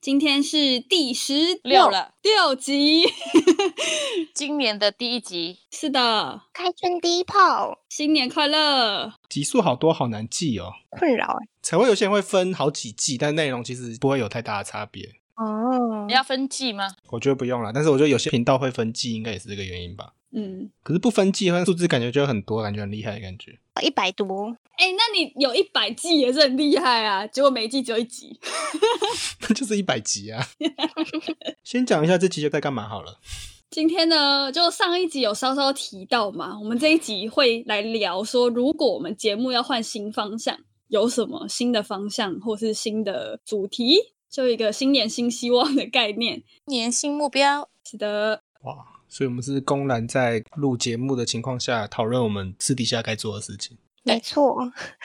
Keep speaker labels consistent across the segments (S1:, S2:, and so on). S1: 今天是第十
S2: 六了，
S1: 六集。
S2: 今年的第一集，
S1: 是的，
S3: 开春第一炮，
S1: 新年快乐！
S4: 集数好多，好难记哦，
S3: 困扰
S5: 欸
S3: 哎。
S4: 才会有些人会分好几季，但内容其实不会有太大的差别。
S3: 哦
S2: 你要分季吗？
S4: 我觉得不用啦，但是我觉得有些频道会分季，应该也是这个原因吧。
S1: 嗯，
S4: 可是不分季，好像数字感觉就很多，感觉很厉害的感觉。
S3: 一百多，
S1: 哎，那你有一百季也是很厉害啊，结果每一季只有一集。
S4: 就是一百集啊。先讲一下这集就在干嘛好了。
S1: 今天呢，就上一集有稍稍提到嘛，我们这一集会来聊说，如果我们节目要换新方向，有什么新的方向或是新的主题，就一个新年新希望的概念。
S2: 年薪目标，
S1: 是的，
S4: 哇，所以我们是公然在录节目的情况下讨论我们私底下该做的事情。
S2: 对
S5: 没错，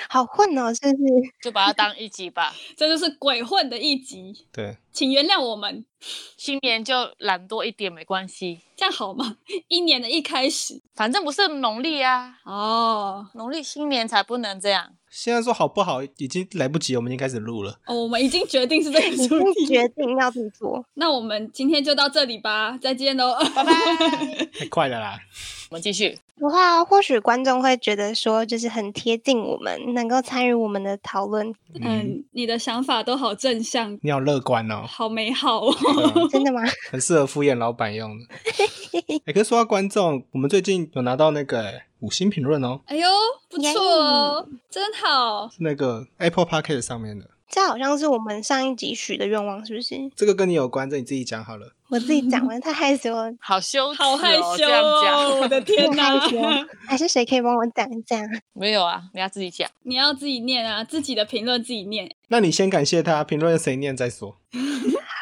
S5: 好混哦，是不是？
S2: 就把它当一集 吧。
S1: 这就是鬼混的一集，
S4: 对，
S1: 请原谅我们，
S2: 新年就懒惰一点没关系，
S1: 这样好吗？ 一年的一开始
S2: 反正不是农历啊，
S1: 哦
S2: 农历新年才不能这样。
S4: 现在说好不好已经来不及了，我们已经开始录了。
S1: 哦，我们已经决定是这个
S5: 已
S1: 主
S5: 经
S1: 题，
S5: 决定要这么做，
S1: 那我们今天就到这里吧，再见喽，
S2: 拜拜，我
S4: 太快了啦！
S2: 们继续。
S5: 的话，或许观众会觉得说，就是很贴近我们，能够参与我们的讨论，
S4: 嗯，
S1: 嗯，你的想法都好正向，
S4: 你好乐 观哦。
S1: 好美好哦。
S4: 对啊
S5: 真的吗？
S4: 很适合敷衍老板用的。哎、可是说到观众，我们最近有拿到那个、欸五星评论哦，
S1: 哎呦，不错哦，真好。
S4: 是那个 Apple Podcast 上面的。
S5: 这好像是我们上一集许的愿望，是不是？
S4: 这个跟你有关，这你自己讲好了。
S5: 我自己讲完，太害羞了，
S2: 好羞耻、哦，
S1: 好害羞
S2: 这样
S1: 哦！我
S2: 讲
S1: 的天
S5: 太
S1: 哪
S5: 害！羞，还是谁可以帮我讲一下？
S2: 没有啊，你要自己讲。
S1: 你要自己念啊，自己的评论自己念。
S4: 那你先感谢他，评论谁念再说。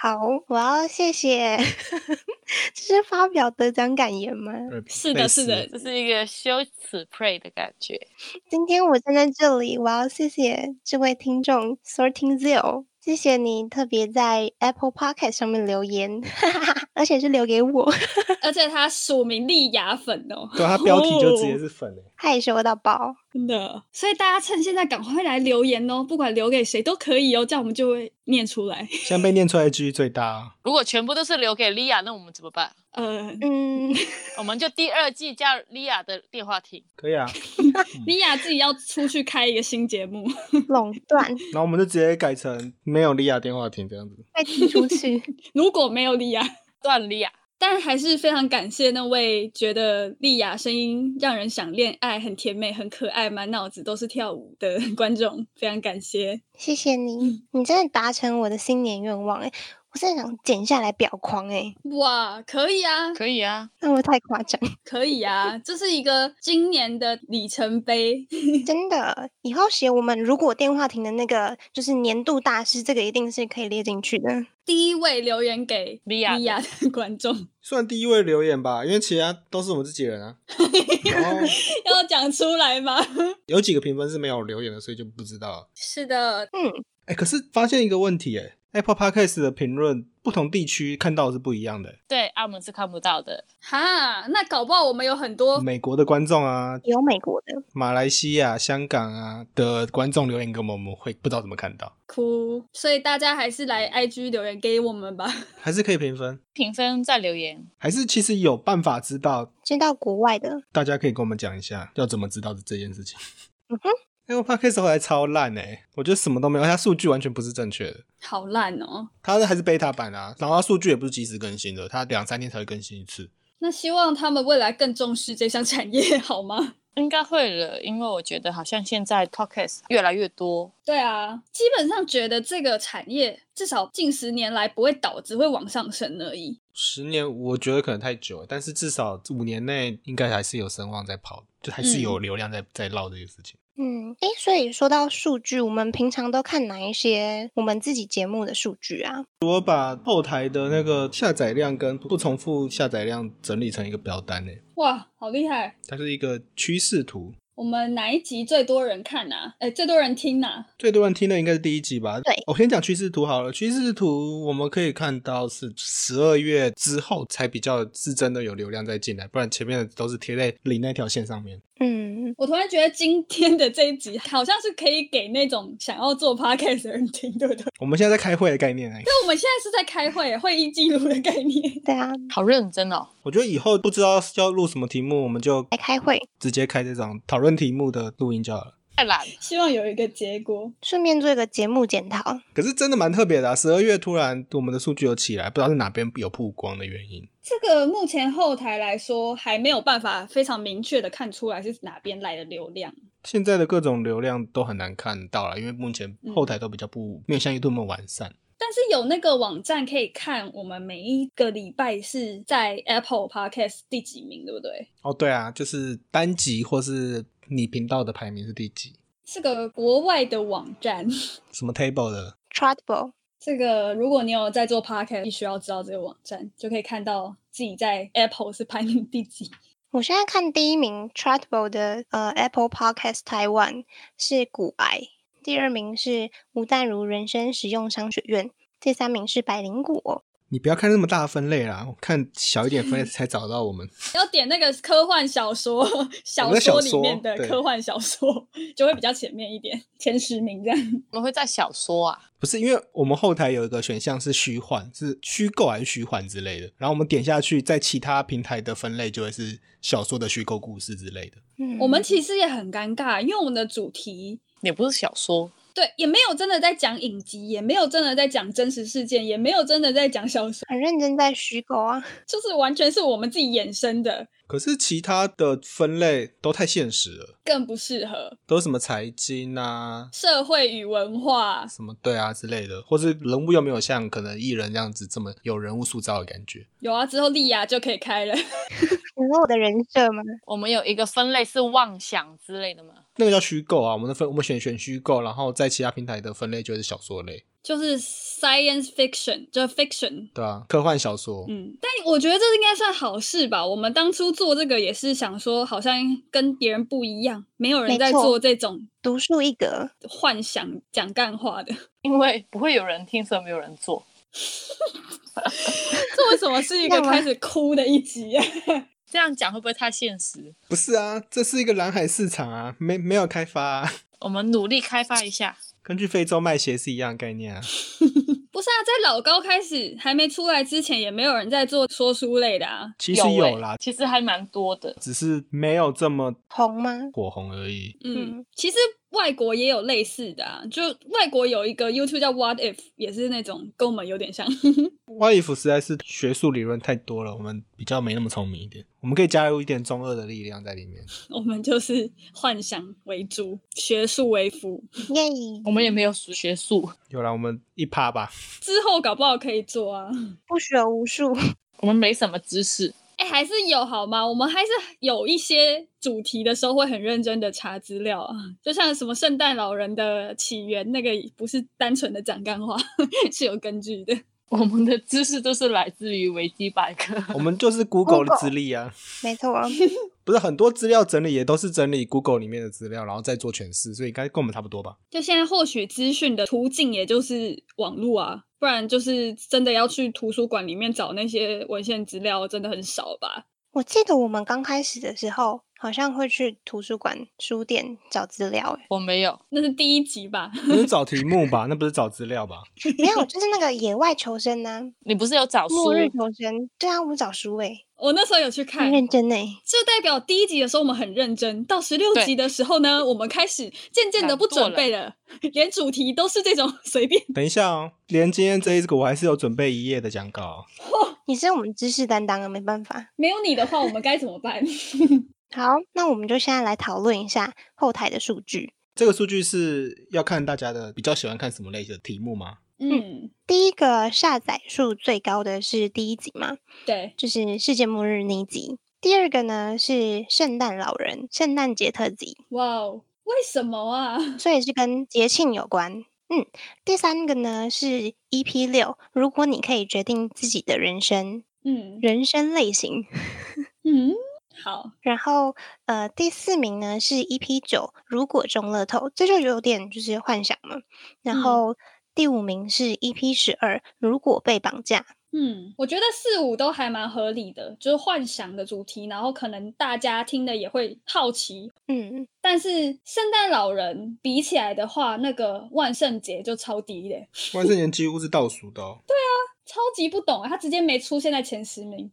S5: 好，我要谢谢， 这是发表得奖感言吗？
S1: 是的，是的
S4: 呃类似，
S2: 这是一个羞耻 pray 的感觉，
S5: 今天我站在这里，我要谢谢这位听众 Sorting Zero，谢谢你特别在 Apple Pocket 上面留言， 而且是留给我，
S1: 而且他署名利雅粉哦，
S4: 对啊他标题就直接是粉欸诶、
S5: 害羞到爆。
S1: 真的。所以大家趁现在赶快来留言哦，不管留给谁都可以哦，这样我们就会念出来。
S4: 现在被念出来的几率最大、啊。
S2: 如果全部都是留给莉亚，那我们怎么办？
S1: 呃，
S5: 嗯，
S2: 我们就第二季叫莉亚的电话亭。
S4: 可以啊，
S1: 莉雅自己要出去开一个新节目，
S5: 垄断
S4: 然后我们就直接改成没有利亚电话亭这样子。
S5: 被踢出去，
S1: 如果没有莉雅，
S2: 段莉亚，
S1: 但还是非常感谢那位觉得莉雅声音让人想恋爱、很甜美、很可爱、满脑子都是跳舞的 观众，非常感谢。
S5: 谢谢你，你真的达成我的新年愿望哎、我真的想剪下来表框哎、
S1: 哇，可以啊，
S2: 可以啊，
S5: 那我太夸 张，
S1: 可以啊，这是一个今年的里程碑。
S5: 真的，以后写我们如果电话亭的那个就是年度大师，这个一定是可以列进去的。
S1: 第一位留言给
S2: 莉亚的
S1: 莉亚的 观众，
S4: 算第一位留言吧，因为其他都是我们自己人 啊。然后
S1: 要讲出来吗？
S4: 有几个评分是没有留言的，所以就不知道了。
S1: 是的，
S5: 嗯，
S4: 哎、可是发现一个问题、欸，Apple Podcast 的评论不同地区看到的是不一样的、
S2: 对，阿门是看不到的。
S1: 哈，那搞不好我们有很多
S4: 美国的观众啊，
S5: 有美国的，
S4: 马来西亚、香港啊的观众留言给我们，我们会不知道怎么看到，
S1: 哭，所以大家还是来 IG 留言给我们吧。
S4: 还是可以评分，
S2: 评分再留言，
S4: 还是其实有办法知道，
S5: 知道国外的，
S4: 大家可以跟我们讲一下要怎么知道这件事情。
S5: 嗯
S4: 哼。Apple Podcast 后来超烂哎、我觉得什么都没有，而且它数据完全不是正确的。
S1: 好烂哦！
S4: 它还是 beta 版啊，然后它数据也不是及时更新的，它两三天才会更新一次。
S1: 那希望他们未来更重视这项产业， 好吗？
S2: 应该会了，因为我觉得好像现在 podcast 越来越多，
S1: 对啊，基本上觉得这个产业至少近十年来不会倒，只会往上升而已。
S4: 十年我觉得可能太久了，但是至少五年内应该还是有声望在跑，就还是有流量在、在绕这个事情。
S5: 嗯，诶，所以说到数据，我们平常都看哪一些我们自己节目的数据啊？
S4: 我把后台的那个下载量跟不重复下载量整理成一个表单诶，
S1: 哇，好厉害！
S4: 它是一个趋势图。
S1: 我们哪一集最多人看啊？哎，最多人听呐、
S4: 最多人听的应该是第一集吧？
S5: 对
S4: 我先讲趋势图好了。趋势图我们可以看到是十二月之后才比较是真的有流量在进来，不然前面的都是贴在零那条线上面。
S5: 嗯，
S1: 我突然觉得今天的这一集好像是可以给那种想要做 podcast 的人听，对不对？
S4: 我们现在在开会的概念哎，
S1: 那我们现在是在开会，会议记录的概念。
S5: 对啊，
S2: 好认真哦。
S4: 我觉得以后不知道要录什么题目，我们就
S5: 来开会，
S4: 直接开这种讨论题目的录音就好了。
S2: 太懒，
S1: 希望有一个结果。
S5: 顺便做一个节目检讨。
S4: 可是真的蛮特别的、啊，十二月突然我们的数据有起来，不知道是哪边有曝光的原因。
S1: 这个目前后台来说还没有办法非常明确的看出来是哪边来的流量。
S4: 现在的各种流量都很难看到了，因为目前
S1: 嗯
S4: 后台都比较不、没有像 YouTube 那么完善。
S1: 但是有那个网站可以看，我们每一个礼拜是在 Apple Podcast 第几名，对不对？
S4: 哦，对啊，就是单集或是你频道的排名是第几，
S1: 是个国外的网站。
S4: 什么 table 的，
S5: Chartable，
S1: 这个如果你有在做 Podcast，必须要知道这个网站，就可以看到自己在 Apple 是排名第几。
S5: 我现在看第一名 Chartable 的呃 Apple Podcast Taiwan 是骨癌，第二名是吴淡如人生实用商学院，第三名是百灵果。
S4: 你不要看那么大分类啦，看小一点分类才找到我们。
S1: 要点那个科幻小说， 小
S4: 在
S1: 说
S4: 哦小
S1: 里面
S4: 说
S1: 的
S4: 对
S1: 科幻小说 就会比较前面一点，前十名这样。
S2: 我们会在小说啊，
S4: 不是，因为我们后台有一个选项是虚幻，是虚构还是虚幻之类的，然后我们点下去，在其他平台的分类就会是小说的虚构故事之类的。
S5: 嗯，
S1: 我们其实也很尴尬，因为我们的主题
S2: 也不是小说，
S1: 对也没有真的在讲影集，也没有真的在讲真实事件，也没有真的在讲小说，
S5: 很认真在虚构啊。
S1: 就是完全是我们自己衍生的，
S4: 可是其他的分类都太现实了，
S1: 更不适合
S4: 都是什么财经啊，
S1: 社会与文化。
S4: 什么对啊之类的，或是人物又没有像可能艺人这样子这么有人物塑造的感觉。
S1: 有啊，之后莉亚就可以开了。
S5: 你说我的人设吗？
S2: 我们有一个分类是妄想之类的嘛。
S4: 那个叫虚构啊，我们的分我们选选虚构，然后在其他平台的分类就是小说类，
S1: 就是 science fiction，就是 fiction，
S4: 对啊，科幻小说。
S1: 嗯，但我觉得这应该算好事吧。我们当初做这个也是想说，好像跟别人不一样，没有人
S5: 没
S1: 在
S5: 错
S1: 做这种
S5: 独树一格，
S1: 幻想讲干话的。
S2: 因为不会有人听，所以没有人做。
S1: 这为什么是一
S5: 这
S1: 个
S5: 样吗
S1: 开始哭的一集、啊？
S2: 这样讲会不会太现实？
S4: 不是啊，这是一个蓝海市场啊，没没有开发、啊，
S2: 我们努力开发一下。
S4: 跟去非洲卖鞋是一样的概念啊。
S1: 不是啊，在老高开始还没出来之前，也没有人在做说书类的啊。
S4: 其实
S2: 欸
S4: 有啦，
S2: 其实还蛮多的。
S4: 只是没有这么
S5: 红吗？
S4: 火红而已。
S1: 嗯，
S5: 嗯
S1: 其实外国也有类似的啊，就外国有一个 YouTube 叫 What If，也是那种跟我们有点像。
S4: What if 实在是学术理论太多了，我们比较没那么聪明一点，我们可以加入一点中二的力量在里面。
S1: 我们就是幻想为主，学术为辅。
S5: 耶！
S2: 我们也没有学术，
S4: 有啦，我们一趴吧。
S1: 之后搞不好可以做啊。
S5: 不学无术，
S2: 我们没什么知识。
S1: 哎、还是有好吗？我们还是有一些主题的时候会很认真的查资料啊，就像什么圣诞老人的起源，那个不是单纯的讲干话， 是有根据的。
S2: 我们的知识都是来自于维基百科。
S4: 我们就是 Google 的
S5: Google
S4: 资历啊，
S5: 没错 啊。
S4: 不是很多资料整理也都是整理 Google 里面的资料，然后再做诠释，所以应该跟我们差不多吧。
S1: 就现在获取资讯的途径，也就是网络啊，不然就是真的要去图书馆里面找那些文献资料，真的很少吧？
S5: 我记得我们刚开始的时候，好像会去图书馆、书店找资料，哎，
S2: 我没有，
S1: 那是第一集吧？
S4: 那是找题目吧，那不是找资料吧？
S5: 没 有，就是那个野外求生呐、
S2: 你不是有找书
S5: 末？日求生。对啊，我找书哎，
S1: 我那时候有去看
S5: 很，认真哎。
S1: 这代表第一集的时候我们很认真，到十六
S2: 对
S1: 集的时候呢，我们开始渐渐的不准备了， 连主题都是这种 随便。
S4: 等一下哦，连今天这一个我还是有准备一页的讲稿哦。
S5: 你是我们知识担当啊，没办法。
S1: 没有你的话，我们该怎么 办？嗯
S5: 好，那我们就现在来讨论一下后台的数据。
S4: 这个数据是要看大家的比较喜欢看什么类型的题目吗？
S1: 嗯，
S5: 第一个下载数最高的是第一集嘛，
S1: 对，
S5: 就是世界末日那一集。第二个呢是圣诞老人圣诞节特辑，
S1: 哇哦，为为什么啊？
S5: 所以是跟节庆有关。嗯，第三个呢是 EP 六，如果你可以决定自己的人生，
S1: 嗯
S5: 人生类型。
S1: 嗯，好，
S5: 然后呃，第四名呢是 EP 九，如果中乐透，这就有点就是幻想嘛。然
S1: 嗯
S5: 后第五名是 EP 十二，如果被绑架，
S1: 嗯，我觉得四五都还蛮合理的，就是幻想的主题，然后可能大家听的也会好奇。
S5: 嗯，
S1: 但是圣诞老人比起来的话，那个万圣节就超低嘞，
S4: 万圣节几乎是倒数的、哦，
S1: 超级不懂啊，他直接没出现在前十名。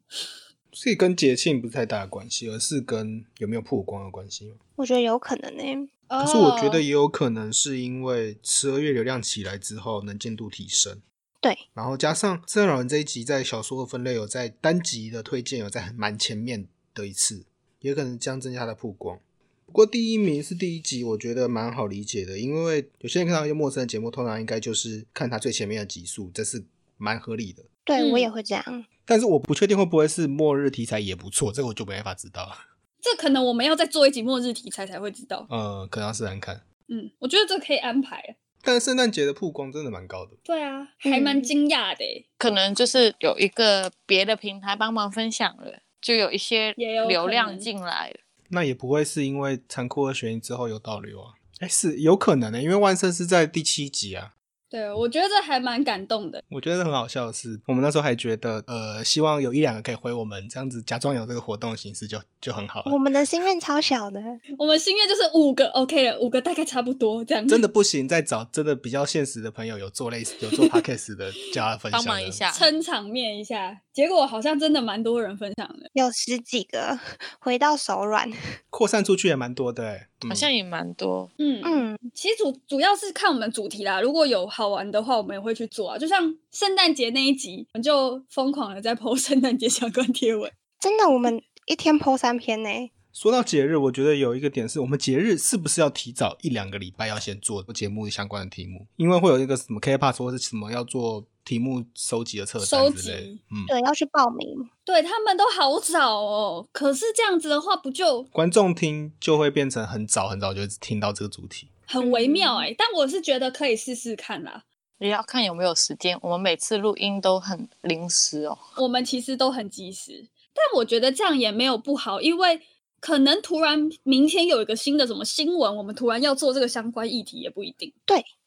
S4: 所以跟节庆不是太大的关系，而是跟有没有曝光有关系嘛。
S5: 我觉得有可能呢、
S1: 可
S4: 可是我觉
S1: 哦
S4: 得也有可能是因为十二月流量起来之后，能见度提升。
S5: 对，
S4: 然后加上《圣诞老人》这一集在小说的分类有在单集的推荐有在蛮前面的一次，也可能将增加它的曝光。不过第一名是第一集，我觉得蛮好理解的，因为有些人看到一些陌生的节目，通常应该就是看它最前面的集数，这是蛮合理的。
S5: 对、我也
S1: 嗯
S5: 会这样。
S4: 但是我不确定会不会是末日题材也不错，这个我就没办法知道了。
S1: 这可能我们要再做一集末日题材才会知道。
S4: 呃，可能要试试看。
S1: 嗯，我觉得这可以安排。
S4: 但是圣诞节的曝光真的蛮高的。
S1: 对啊，还蛮
S5: 嗯
S1: 惊讶的欸、
S2: 可能就是有一个别的平台帮忙分享了，就有一些
S1: 也有
S2: 流
S1: 可
S2: 量
S1: 能
S2: 进来了。
S4: 那也不会是因为残酷二选一之后有倒流啊？哎，是有可能的、因为万圣是在第七集啊。
S1: 对，我觉得这还蛮感动的。
S4: 我觉得很好笑的是，我们那时候还觉得，呃，希望有一两个可以回我们，这样子假装有这个活动的形式就就很好
S5: 我
S4: 了。
S5: 们的心愿超小的，
S1: 我们心愿就是五个 OK 了，五个大概差不多这样。
S4: 真的不行，再找真的比较现实的朋友，有做类似有做 podcast 的，叫他分享
S2: 帮忙一下
S1: 撑场面一下，结果好像真的蛮多人分享的。
S5: 有十几个， 回到手软。
S4: 扩散出去也蛮多的、欸，嗯
S2: 好像也蛮多。
S1: 嗯，
S5: 嗯，
S1: 其实主主要是看我们主题啦，如果有好玩的话，我们也会去做啊。就像圣诞节那一集，我们就疯狂的在 PO 圣诞节相关贴文。
S5: 真的，我
S1: 嗯
S5: 们一天 PO 三篇呢、
S4: 说到节日，我觉得有一个点是我们节日是不是要提早一两个礼拜要先做节目相关的题目，因为会有一个什么 K-pop 或是什么要做题目收集的册
S1: 收
S4: 单之类的
S1: 集，
S4: 嗯，
S5: 对，要去报名。
S1: 对他们都好早哦，可是这样子的话，不就
S4: 观众听就会变成很早很早就听到这个主题。
S1: 很微妙哎、但我是觉得可以试试看啦。
S2: 也要看有没有时间。我们每次录音都很临时哦。
S1: 我们其实都很及时，但我觉得这样也没有不好，因为可能突然明天有一个新的什么新闻，我们突然要做这个相关议题也不一定。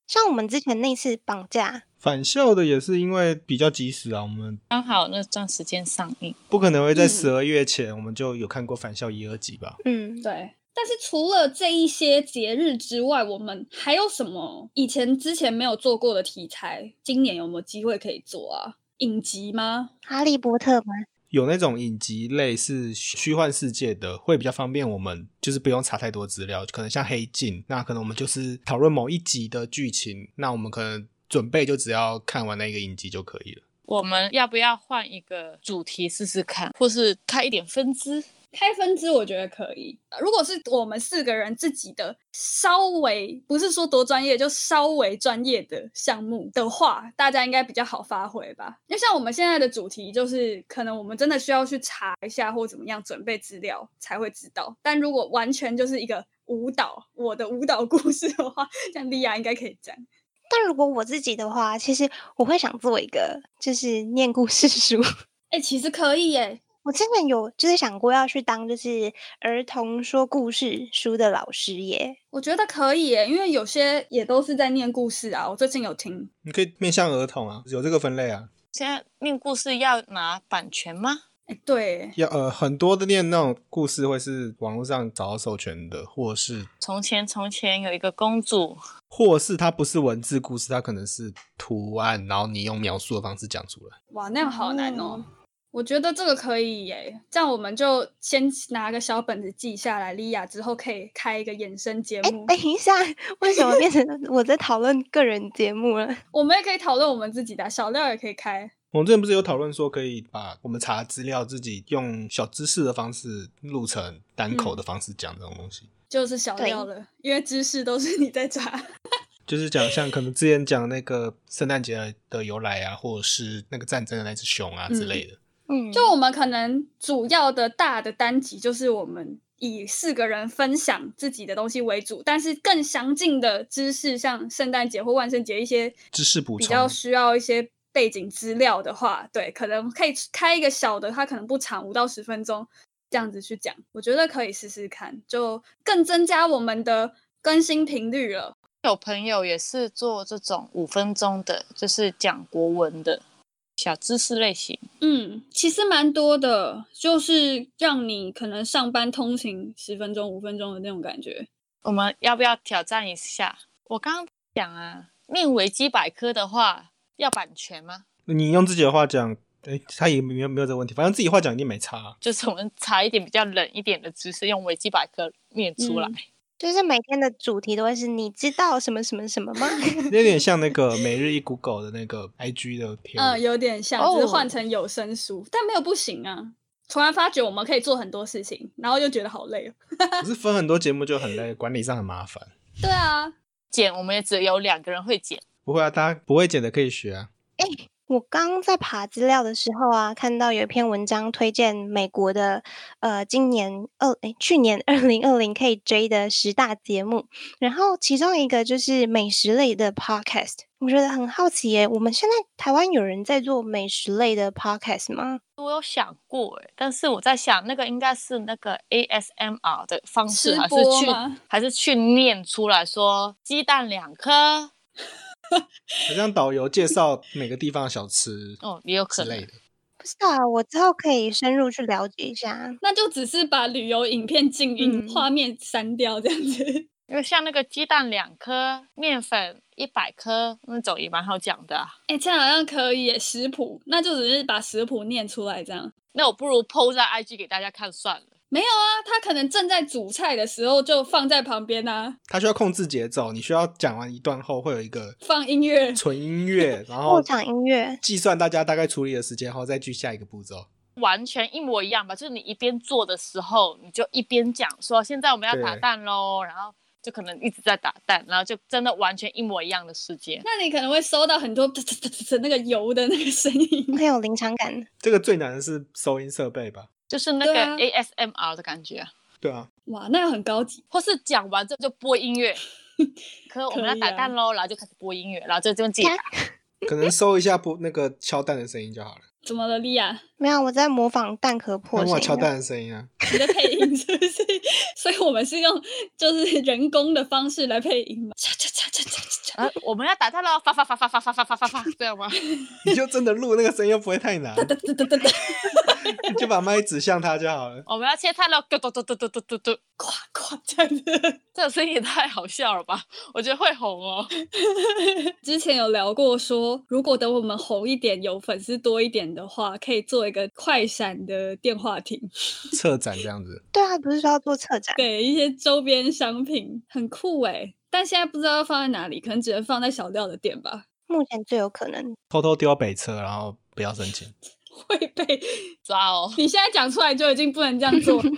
S5: 像我们之前那次绑架，
S4: 返校的也是因为比较及时啊，我们
S2: 刚好那段时间上映，
S4: 不可能会在
S1: 嗯
S4: 十二月前我们就有看过返校一、二集吧。
S5: 嗯，
S1: 对，但是除了这一些节日之外，我们还有什么以前之前没有做过的题材？今年有没有机会可以做啊？影集吗？
S5: 哈利波特吗？
S4: 有那种影集类似虚幻世界的，会比较方便我们，就是不用查太多资料。可能像《黑镜》，那可能我们就是讨论某一集的剧情，那我们可能准备就只要看完那个影集就可以了。
S2: 我们要不要换一个主题试试看，或是开一点分支？
S1: 开分支我觉得可以。呃如果是我们四个人自己的稍微不是说多专业，就稍微专业的项目的话，大家应该比较好发挥吧。因为像我们现在的主题，就是可能我们真的需要去查一下或怎么样准备资料才会知道。但如果完全就是一个舞蹈，我的舞蹈故事的话，像莉亚应该可以讲。
S5: 但如果我自己的话，其实我会想做一个，就是念故事书。
S1: 哎、其实可以耶、
S5: 我之前有就是想过要去当就是儿童说故事书的老师耶。
S1: 我觉得可以耶、因为有些也都是在念故事啊。我最近有听，
S4: 你可以面向儿童啊，有这个分类啊。
S2: 现在念故事要拿版权吗？
S1: 哎、对，
S4: 要呃很多的念那种故事会是网络上找到授权的，或是
S2: 从前从前有一个公主，
S4: 或是它不是文字故事，它可能是图案，然后你用描述的方式讲出来。
S1: 哇，那样好难哦
S5: 哦。
S1: 我觉得这个可以耶，这样我们就先拿个小本子记下来，莉亚之后可以开一个衍生节
S5: 哎，
S1: 目，
S5: 等一下， 为什么变成我在讨论个人节目了？
S1: 我们也可以讨论我们自己的啊，小料也可以开。
S4: 我们之前不是有讨论说，可以把我们查资料自己用小知识的方式录成单口的方式讲这种东西，
S1: 就是小料了，因为知识都是你在查。
S4: 就是讲像可能之前讲那个圣诞节的由来啊，或者是那个战争的那只熊啊之类的。
S5: 嗯，
S1: 就我们可能主要的大的单集，就是我们以四个人分享自己的东西为主，但是更详尽的知识，像圣诞节或万圣节一些
S4: 知识补
S1: 比
S4: 充
S1: 较需要一些背景资料的话，对，可能可以开一个小的，它可能不长，五到十分钟这样子去讲，我觉得可以试试看，就更增加我们的更新频率了。
S2: 有朋友也是做这种五分钟的，就是讲国文的小知识类型。
S1: 嗯，其实蛮多的，就是让你可能上班通勤十分钟、五分钟的那种感觉。
S2: 我们要不要挑战一下？我刚刚讲啊，念维基百科的话要版权吗？
S4: 你用自己的话讲，哎，他也没有没有这个问题，反正自己话讲一定没差啊、
S2: 就是我们查一点比较冷一点的知识，用维基百科念出来。
S1: 嗯
S5: 就是每天的主题都会是你知道什么什么什么吗？
S4: 有点像那个每日一股狗的那个 IG 的贴文
S1: 嗯，有点像，只是
S2: 哦
S1: 换成有声书，但没有不行啊。突然发觉我们可以做很多事情，然后又觉得好累哦。
S4: 可是分很多节目就很累，管理上很麻烦。
S1: 对啊，
S2: 剪我们也只有两个人会剪，
S4: 不会啊，大家不会剪的可以学啊。
S5: 我刚在爬资料的时候啊，看到有一篇文章推荐美国的呃，今年二诶去年二零二零可以追的十大节目，然后其中一个就是美食类的 podcast，我觉得很好奇耶，我们现在台湾有人在做美食类的 podcast 吗？
S2: 我有想过哎、但是我在想那个应该是那个 ASMR 的方式，
S1: 吃
S2: 还是
S1: 播
S2: 去
S1: 吗
S2: 还是去念出来说鸡蛋两颗
S4: 好像导游介绍每个地方的小吃
S2: 哦，也有
S4: 之
S2: 可能
S4: 类的。
S5: 不知道啊，我之后可以深入去了解一下。
S1: 那就只是把旅游影片静音，
S5: 嗯
S1: 画面删掉这样子。
S2: 因为像那个鸡蛋两颗，面粉一百颗那种也蛮好讲的啊、
S1: 哎、这样好像可以耶，食谱，那就只是把食谱念出来这样。
S2: 那我不如 PO 在 IG 给大家看算了。
S1: 没有啊，他可能正在煮菜的时候就放在旁边啊，
S4: 它需要控制节奏，你需要讲完一段后会有一个
S1: 放音乐。
S4: 纯 音乐，然后
S5: 过场音乐，
S4: 计算大家大概处理的时间后再去下一个步骤。
S2: 完全一模一样吧，就是你一边做的时候，你就一边讲说现在我们要打
S4: 对
S2: 蛋喽，然后就可能一直在打蛋，然后就真的完全一模一样的时间。
S1: 那你可能会收到很多 那个油的那个声音。
S5: 很有临场感。
S4: 这个最难的是收音设备吧？
S2: 就是那
S1: 对
S2: 个
S1: 啊
S2: ASMR 的感觉啊，
S4: 对啊，
S1: 哇，那很高级。
S2: 或是讲完之后就播 音乐，可我们
S1: 啊
S2: 要打蛋喽，然后就开始播音乐，然后就这么解答。
S4: 可能收一下不那个敲蛋的声音就好了，
S1: 怎么了，莉亚？
S5: 没有，我在模仿蛋壳 破
S4: 那
S5: 声
S4: 我
S5: 音
S4: 敲
S5: 啊。
S4: 蛋的声音啊。
S1: 你的配音是不是？ 所以我们是用就是人工的方式来配音啊嘛？嚓嚓嚓嚓嚓嚓
S2: 呃，我们要打蛋喽，发发发发发发发发发发，这样吗？
S4: 你就真的录那个声音又不会太 难，
S1: 嚓，哒哒哒，
S4: 你就把麦指向它就好了。
S2: 我们要切菜喽，嘟嘟嘟嘟嘟嘟嘟嘟，
S1: 咵咵这样子。
S2: 这个声音也太好笑了吧！我觉得会红哦。
S1: 之前有聊过说，如果等我们红一点，有粉丝多一点的话，可以做一个快闪的电话亭，
S4: 策展这样子，
S5: 对啊，不是说要做策展，
S1: 给一些周边商品，很酷诶、但现在不知道要放在哪里，可能只能放在小料的店吧，
S5: 目前最有可能。
S4: 偷偷丢北车，然后不要申请。
S1: 会被
S2: 抓哦，
S1: 你现在讲出来就已经不能这样做了，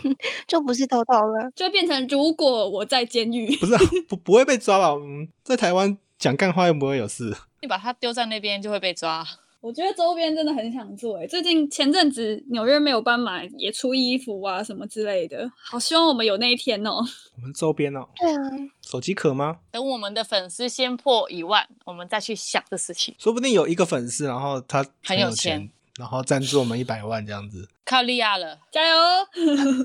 S5: 就不是偷偷了，
S1: 就变成如果我在监狱，
S4: 不是、啊、不不会被抓吧？嗯，在台湾讲干话又不会有事。
S2: 你把它丢在那边就会被抓。
S1: 我觉得周边真的很想做诶、欸最近前阵子纽约没有斑马也出衣服啊什么之类的，好希望我们有那一天哦。
S4: 我们周边哦，
S5: 对啊，
S4: 手机壳吗？
S2: 等我们的粉丝先破一万，我们再去想这事情。
S4: 说不定有一个粉丝，然后他
S2: 很有
S4: 有
S2: 钱，
S4: 然后赞助我们一百万这样子。
S2: 靠利亚了，
S1: 加油！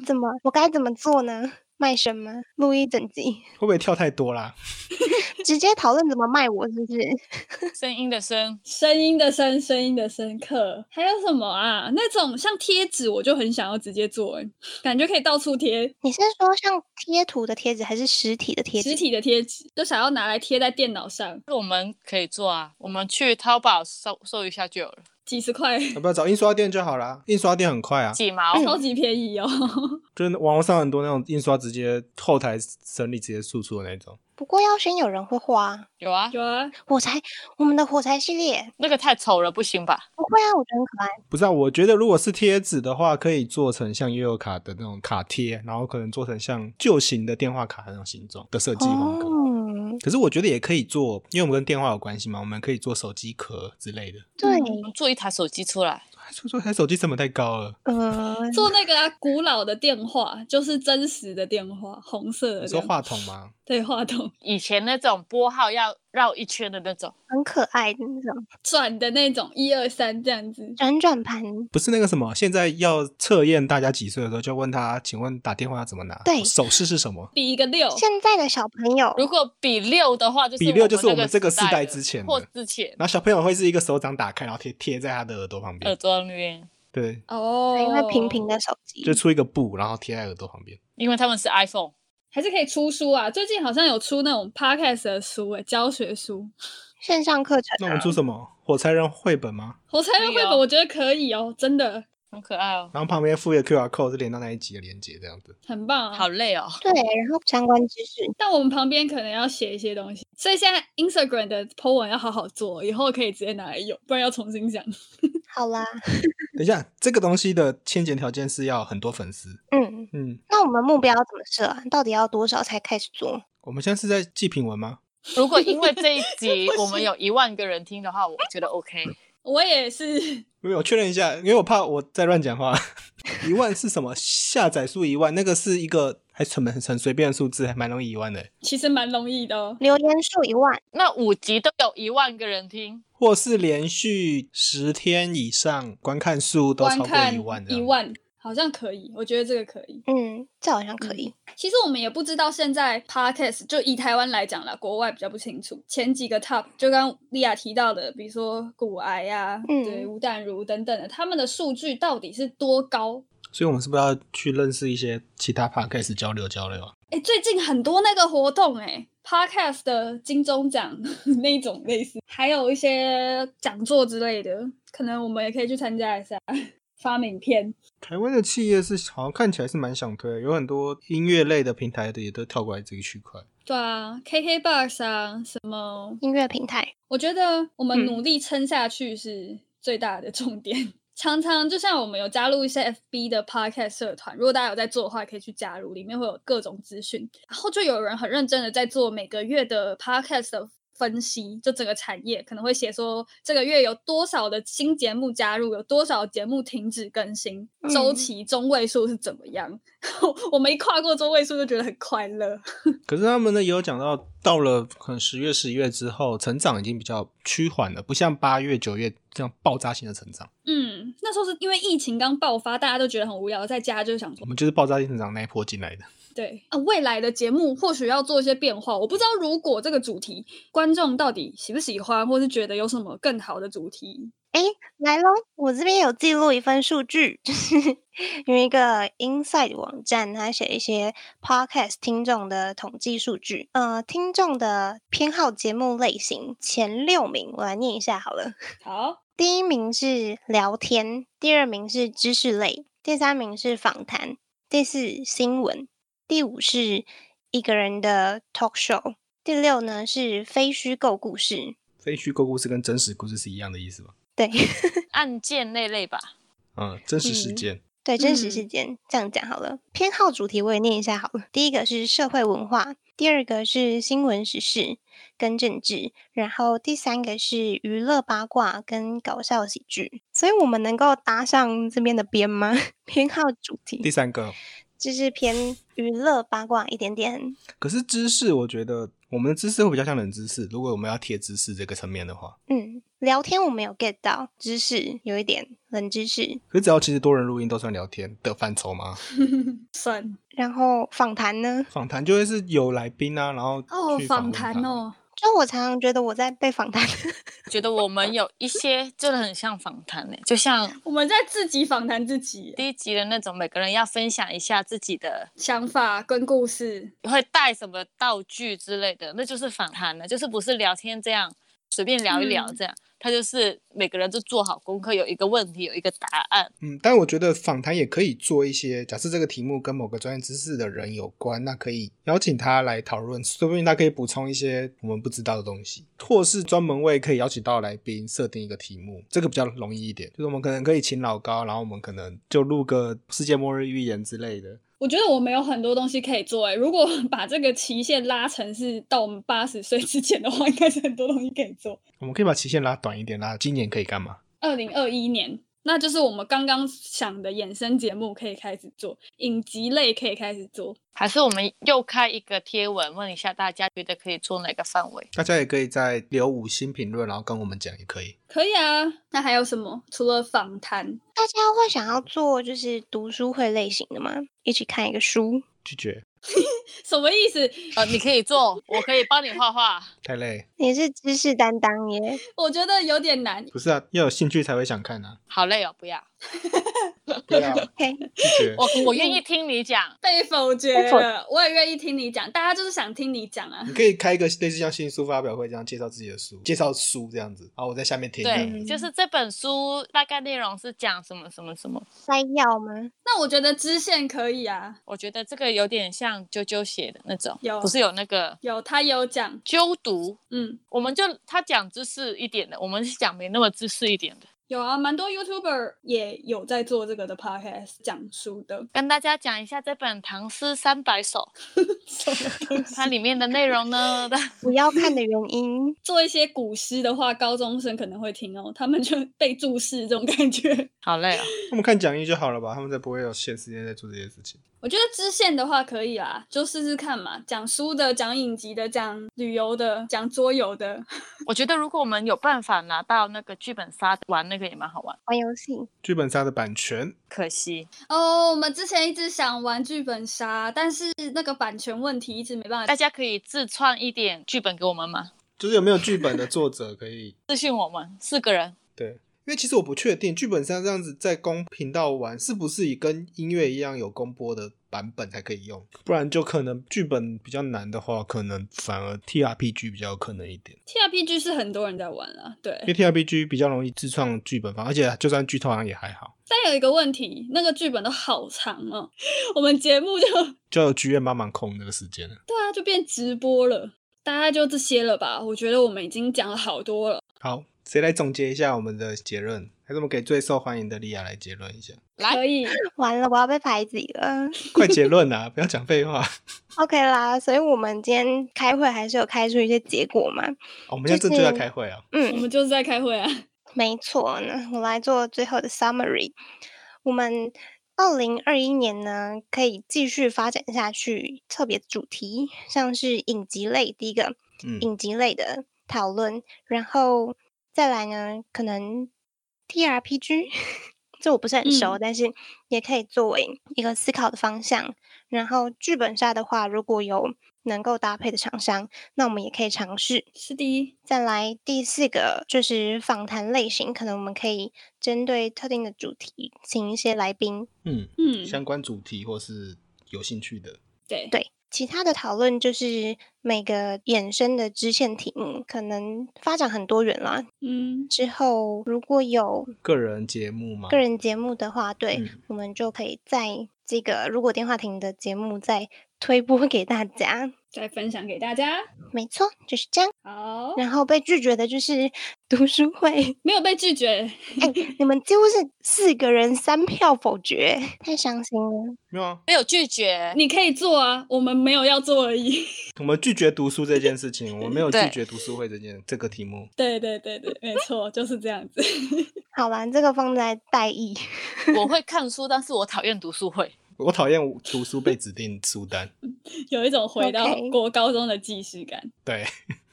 S5: 怎么我该怎么做呢？卖什么？录一整集，
S4: 会不会跳太多啦？
S5: 直接讨论怎么卖我，是不是？
S2: 声音的声，
S1: 声音的声，声音的深刻，还有什么啊？那种像贴纸，我就很想要直接做、欸，感觉可以到处贴，
S5: 你是说像贴图的贴纸，还是实体的贴
S1: 实
S5: 纸？
S1: 体的贴纸，就想要拿来贴在电脑上，
S2: 我们可以做啊。我们去淘宝搜搜一下就有了，
S1: 几十块，
S4: 要不要找印刷店就好啦？印刷店很快啊，
S2: 几毛。
S1: 超级便宜哦。
S4: 就是网络上很多那种印刷直接后台整理直接输出的那种。
S5: 不过要先有人会画啊。
S2: 有啊，
S1: 有啊，
S5: 火柴，我们的火柴系列
S2: 那个太丑了，不行吧？
S5: 不会啊，我觉得很可爱。
S4: 不是啊，我觉得如果是贴纸的话，可以做成像悠游卡的那种卡贴，然后可能做成像旧型的电话卡那种形状的设计风格。
S5: 哦，
S4: 可是我觉得也可以做，因为我们跟电话有关系嘛，我们可以做手机壳之类的。
S1: 嗯
S5: 对，
S2: 我们做一台手机出来，
S4: 说说台手机成本太高了。
S5: 呃，
S1: 做那个、啊、古老的电话，就是真实的电话，红色
S2: 呃
S1: 的
S4: 你
S1: 这
S4: 说
S1: 样
S4: 话筒吗？
S1: 对话筒
S2: 以前那种拨号要绕一圈的那种，
S5: 很可爱的那种
S1: 转的那种，一二三这样子。
S5: 转转盘，
S1: 哦
S4: 不是那个什么，现在要测验大家几岁的时候，就问他，请问打电话要怎么拿？
S5: 对
S4: 手势是什么？
S1: 比一个六，
S5: 现在的小朋友
S1: 哦
S2: 如果比六的话，就是
S4: 比六就是我们这个
S2: 世
S4: 世代
S2: 的
S4: 之前的
S2: 或之前
S4: 然后小朋友会是一个手掌打开，然后贴贴在他的耳朵旁边，
S2: 耳朵那边，
S4: 对，
S1: 哦，
S5: 因为平平，的手机
S4: 就出一个布，然后贴在耳朵旁边。
S2: 因为他们是 iPhone。
S1: 还是可以出书啊。最近好像有出那种 podcast 的书、欸，教学书。
S5: 线上课程、啊，
S4: 那我们出什么？火柴人绘本吗？
S1: 火柴人绘
S2: 可以
S1: 本
S2: 哦
S1: 我觉得可以哦，真的
S2: 很可爱哦，
S4: 然后旁边附一个 QR code 是连到那一集的连接，这样子。
S1: 很
S4: 嗯
S1: 棒、啊。
S2: 好累哦，
S5: 对，然后相关知识，
S1: 但我们旁边可能要写一些东西，所以现在 Instagram 的 po 文要好好做，以后可以直接拿来用，不然要重新想。
S5: 好啦，
S4: 等一下，这个东西的先决条件是要很多粉丝。
S5: 嗯，
S4: 嗯，
S5: 那我们目标怎么设啊？到底要多少才开始做？
S4: 我们现在是在记品文吗？
S2: 如果因为这一集我们有一万个人听的话，我觉得 OK。
S1: 我也是，
S4: 没有，我确认一下，因为我怕我在乱讲话。 一万是什么？下载数一万，那个是一个还很很随便的数字，还蛮容易一万的。
S1: 其实蛮容易的哦。
S5: 留言数一万，
S2: 那五集都有一万个人听，
S4: 或是连续十天以上观看数都
S1: 观
S4: 超过
S1: 看
S4: 一万的，
S1: 一万好像可以，我觉得这个可以。
S5: 嗯，这好像可以。
S1: 其实我们也不知道现在 podcast 就以台湾来讲啦，国外比较不清楚。前几个 top 就刚莉亚提到的，比如说骨癌啊，
S5: 嗯
S1: 对吴淡如等等的，他们的数据到底是多高？
S4: 所以我们是不是要去认识一些其他 podcast 交流交流啊？
S1: 哎，最近很多那个活动哎、p o d c a s t 的金钟奖 那种类似，还有一些讲座之类的，可能我们也可以去参加一下， 发名片。
S4: 台湾的企业是好像看起来是蛮想推的，有很多音乐类的平台的也都跳过来这个区块。
S1: 对啊，KKBox 啊，什么
S5: 音乐平台，
S1: 我觉得我们
S5: 嗯
S1: 努力撑下去是最大的重点。 常常就像我们有加入一些 FB 的 Podcast 社团，如果大家有在做的话，可以去加入，里面会有各种资讯。然后就有人很认真的在做每个月的 Podcast 的分析，就整个产业可能会写说这个月有多少的新节目加入，有多少节目停止更新，周
S5: 嗯
S1: 期中位数是怎么样。 我们一跨过中位数就觉得很快乐。
S4: 可是他们呢也有讲到，到了可能十月、十一月之后，成长已经比较趋缓了，不像八月、九月这样爆炸性的成长。
S1: 嗯，那时候是因为疫情刚爆发，大家都觉得很无聊，在家就想说
S4: 我们就是爆炸性成长那一波进来的。
S1: 对啊，未来的节目或许要做一些变化。我不知道如果这个主题观众到底喜不喜欢，或是觉得有什么更好的主题。
S5: 来喽！我这边有记录一份数据，就是 有一个 Inside 网站，它写一些 Podcast 听众的统计数据。呃，听众的偏好节目类型前六名，我来念一下好了。
S1: 好，
S5: 第一名是聊天，第二名是知识类，第三名是访谈，第四新闻，第五是一个人的 talk show，第六呢是非虚构故事。
S4: 非虚构故事跟真实故事是一样的意思吗？
S5: 对
S2: 案件类类吧。
S4: 嗯，真实事件。
S5: 对，真实事
S1: 嗯
S5: 件、这样讲好了。偏好主题我也念一下好了。第一个是社会文化，第二个是新闻时事跟政治，然后第三个是娱乐八卦跟搞笑喜剧。所以我们能够搭上这边的边吗？ 偏好主题
S4: 第三个，
S5: 就是偏娱乐八卦一点点。
S4: 可是知识，我觉得我们的知识会比较像冷知识。如果我们要贴知识这个层面的话，
S5: 嗯，聊天我没有 get 到，知识有一点冷知识，
S4: 可是只要其实多人录音都算聊天的范畴吗？
S1: 算
S5: 然后访谈呢，
S4: 访谈就会是有来宾啊，然后
S1: 哦，
S4: 去
S1: 访
S4: 问
S1: 谈
S4: 他，
S1: 哦，
S5: 就我常常觉得我在被访谈。
S2: 觉得我们有一些真的很像访谈呢、就像
S1: 我们在自己访谈自己
S2: 第一集的那种，每个人要分享一下自己的，
S1: 想法跟故事。
S2: 会带什么道具之类的，那就是访谈了，就是不是聊天这样随便聊一聊
S1: 嗯
S2: 这样，他就是每个人就做好功课，有一个问题，有一个答案。
S4: 嗯，但我觉得访谈也可以做一些，假设这个题目跟某个专业知识的人有关，那可以邀请他来讨论，说不定他可以补充一些我们不知道的东西，或是专门为可以邀请到的来宾设定一个题目，这个比较容易一点。就是我们可能可以请老高，然后我们可能就录个世界末日预言之类的。
S1: 我觉得我们有很多东西可以做哎、如果 把这个期限拉成是到我们八十岁之前的话，应该是很多东西可以做。
S4: 我们可以把期限拉短一点啦，今年可以干嘛？
S1: 二零二一年那就是我们刚刚想的衍生节目可以开始做，影集类可以开始做。
S2: 还是我们又开一个贴文，问一下大家觉得可以做哪个范围？
S4: 大家也可以在留五星评论，然后跟我们讲也可以。
S1: 可以啊，那还有什么？除了访谈，
S5: 大家会想要做就是读书会类型的吗？一起看一个书，
S4: 拒绝
S1: 什么意思？
S2: 呃，你可以做，我可以帮你画画。
S4: 太累，
S5: 你是知识担当耶。
S1: 我觉得有点难。
S4: 不是啊，要有兴趣才会想看 啊。
S2: 好累哦，不要，
S4: 不要
S5: OK，
S4: 拒 绝，
S2: 我我愿意听你讲。
S1: 被否决
S5: 被否
S1: 了，我也愿意听你讲，大家就是想听你讲啊
S4: 你。可以开一个类似像新书发表会这样介绍自己的书，介绍书这样子，然后我在下面听这样
S2: 对，
S4: 子。
S2: 就是这本书大概内容是讲什么什么什么。
S5: 摘要吗？
S1: 那我觉得支线可以啊，
S2: 我觉得这个有点像啾啾写的那种，
S1: 有
S2: 不是有那个
S1: 有他有讲，
S2: 纠读，
S1: 嗯，
S2: 我们就他讲知识一点的，我们是讲没那么知识一点的，
S1: 有啊，蛮多 YouTuber 也有在做这个的 podcast 讲书的。
S2: 跟大家讲一下这本《唐诗三百 首
S1: 什么东》，西，
S2: 它里面的内容呢，
S5: 不要看的原因
S1: 做一些古诗的话，高中生可能会听哦，他们就 被注视这种感觉。
S2: 好累哦。
S4: 他们看讲义就好了吧，他们才不会有限时间在做这些事情。
S1: 我觉得支线的话可以啦，就试试看嘛。讲书的，讲影集的，讲旅游的，讲桌游的，
S2: 我觉得如果我们有办法拿到那个剧本杀玩那个也蛮好玩，
S5: 玩游戏。
S4: 剧本杀的版权，
S2: 可惜
S1: 哦、我们之前一直想玩剧本杀，但是那个版权问题一直没办法
S2: 大。家可以自创一点剧本给我们吗？
S4: 就是有没有剧本的作者可以
S2: 私信我们四个人，
S4: 对，因为其实我不确定剧本上这样子在公频道玩是不是以跟音乐一样有公播的版本才可以用，不然就可能剧本比较难的话，可能反而 T R P G 比较有可能一点，
S1: T R P G 是很多人在玩啊，
S4: 因
S1: 对
S4: 为。T R P G 比较容易自创剧本方，而且就算剧透好像也还好，
S1: 但有一个问题，那个剧本都好长哦，我们节目就
S4: 就有剧院帮忙控那个时间了。
S1: 对啊，就变直播了。大概就这些了吧，我觉得我们已经讲了好多了。
S4: 好，谁来总结一下我们的结论？还是我们给最受欢迎的莉亚来结论一下？
S1: 可
S2: 来
S1: 以，
S5: 完了，我要被排挤了。
S4: 快结论啊！不要讲废话、
S5: OK 啦，所以我们今天开会还是有开出一些结果嘛。
S4: 哦我们现在正就在开会啊。
S1: 我
S5: 嗯，
S1: 们就是在开会啊。
S5: 没错。那我来做最后的 summary。我们二零二一年呢，可以继续发展下去，特别主题像是影集类，第一个
S4: 嗯，
S5: 影集类的讨论，然后再来呢，可能 T R P G，这我不是很熟，
S1: 嗯
S5: 但是也可以作为一个思考的方向。然后剧本杀的话，如果有能够搭配的厂商，那我们也可以尝试。
S1: 是的，
S5: 再来第四个就是访谈类型，可能我们可以针对特定的主题，请一些来宾。
S4: 嗯，
S1: 嗯，
S4: 相关主题或是有兴趣的，
S1: 对
S5: 对，其他的讨论就是每个衍生的支线题目，可能发展很多元啦，
S1: 嗯，
S5: 之后如果有
S2: 嗯
S4: 个人节目嘛，
S5: 个人节目的话，对、
S4: 嗯
S5: 我们就可以在这个如果电话亭的节目再推播给大
S2: 嗯
S5: 家。
S1: 再分享给大家。
S5: 没错，就是这样。
S1: 好，
S5: 然后被拒绝的就是 读书会，哎
S1: 没有被拒绝，
S5: 你们几乎是四个人三票否决，太伤心了。
S4: 没有啊？
S2: 没有拒绝，
S1: 你可以做啊，我们没有要做而已。
S4: 我们拒绝读书这件事情，我没有拒
S2: 对
S4: 绝读书会这件这个题目。
S1: 对对对对，没错，就是这样子。
S5: 好啦，这个放在待议。
S2: 我会看书，但是我讨厌读书会。
S4: 我讨厌读书被指定书单，
S1: 有一种回到
S5: OK
S1: 国高中的既视感。
S4: 对，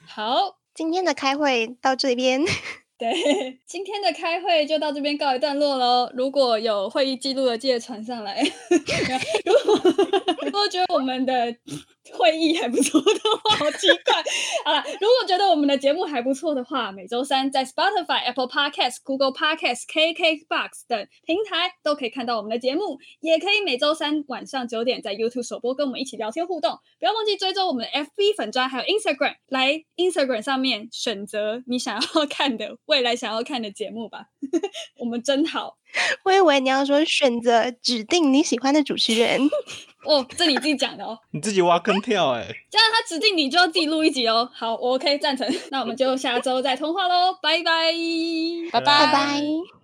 S1: 好，
S5: 今天的开会到这边，
S1: 对， 今天的开会就到这边告一段落喽。如果有会议记录的，记得传上来。 如果 如果觉得我们的会议还不错的话，好奇怪。 好了，如果觉得我们的节目还不错的话，每周三在 Spotify、Apple Podcast、Google Podcast、KKBox 等平台都可以看到我们的节目，也可以每周三晚上九点在 YouTube 首播跟我们一起聊天互动。不要忘记追踪我们的 FB 粉专还有 Instagram，来 Instagram 上面选择你想要看的未来想要看的节目吧。 我们真好
S5: 我以为你要说选择指定你喜欢的主持人。
S1: 哦，这你自己讲的哦。
S4: 你自己挖坑跳哎、
S1: 这样他指定你就要自己录一集哦。好，我 OK 赞成。那我们就下周再通话喽，拜拜。
S2: 拜
S4: 拜
S5: 拜拜。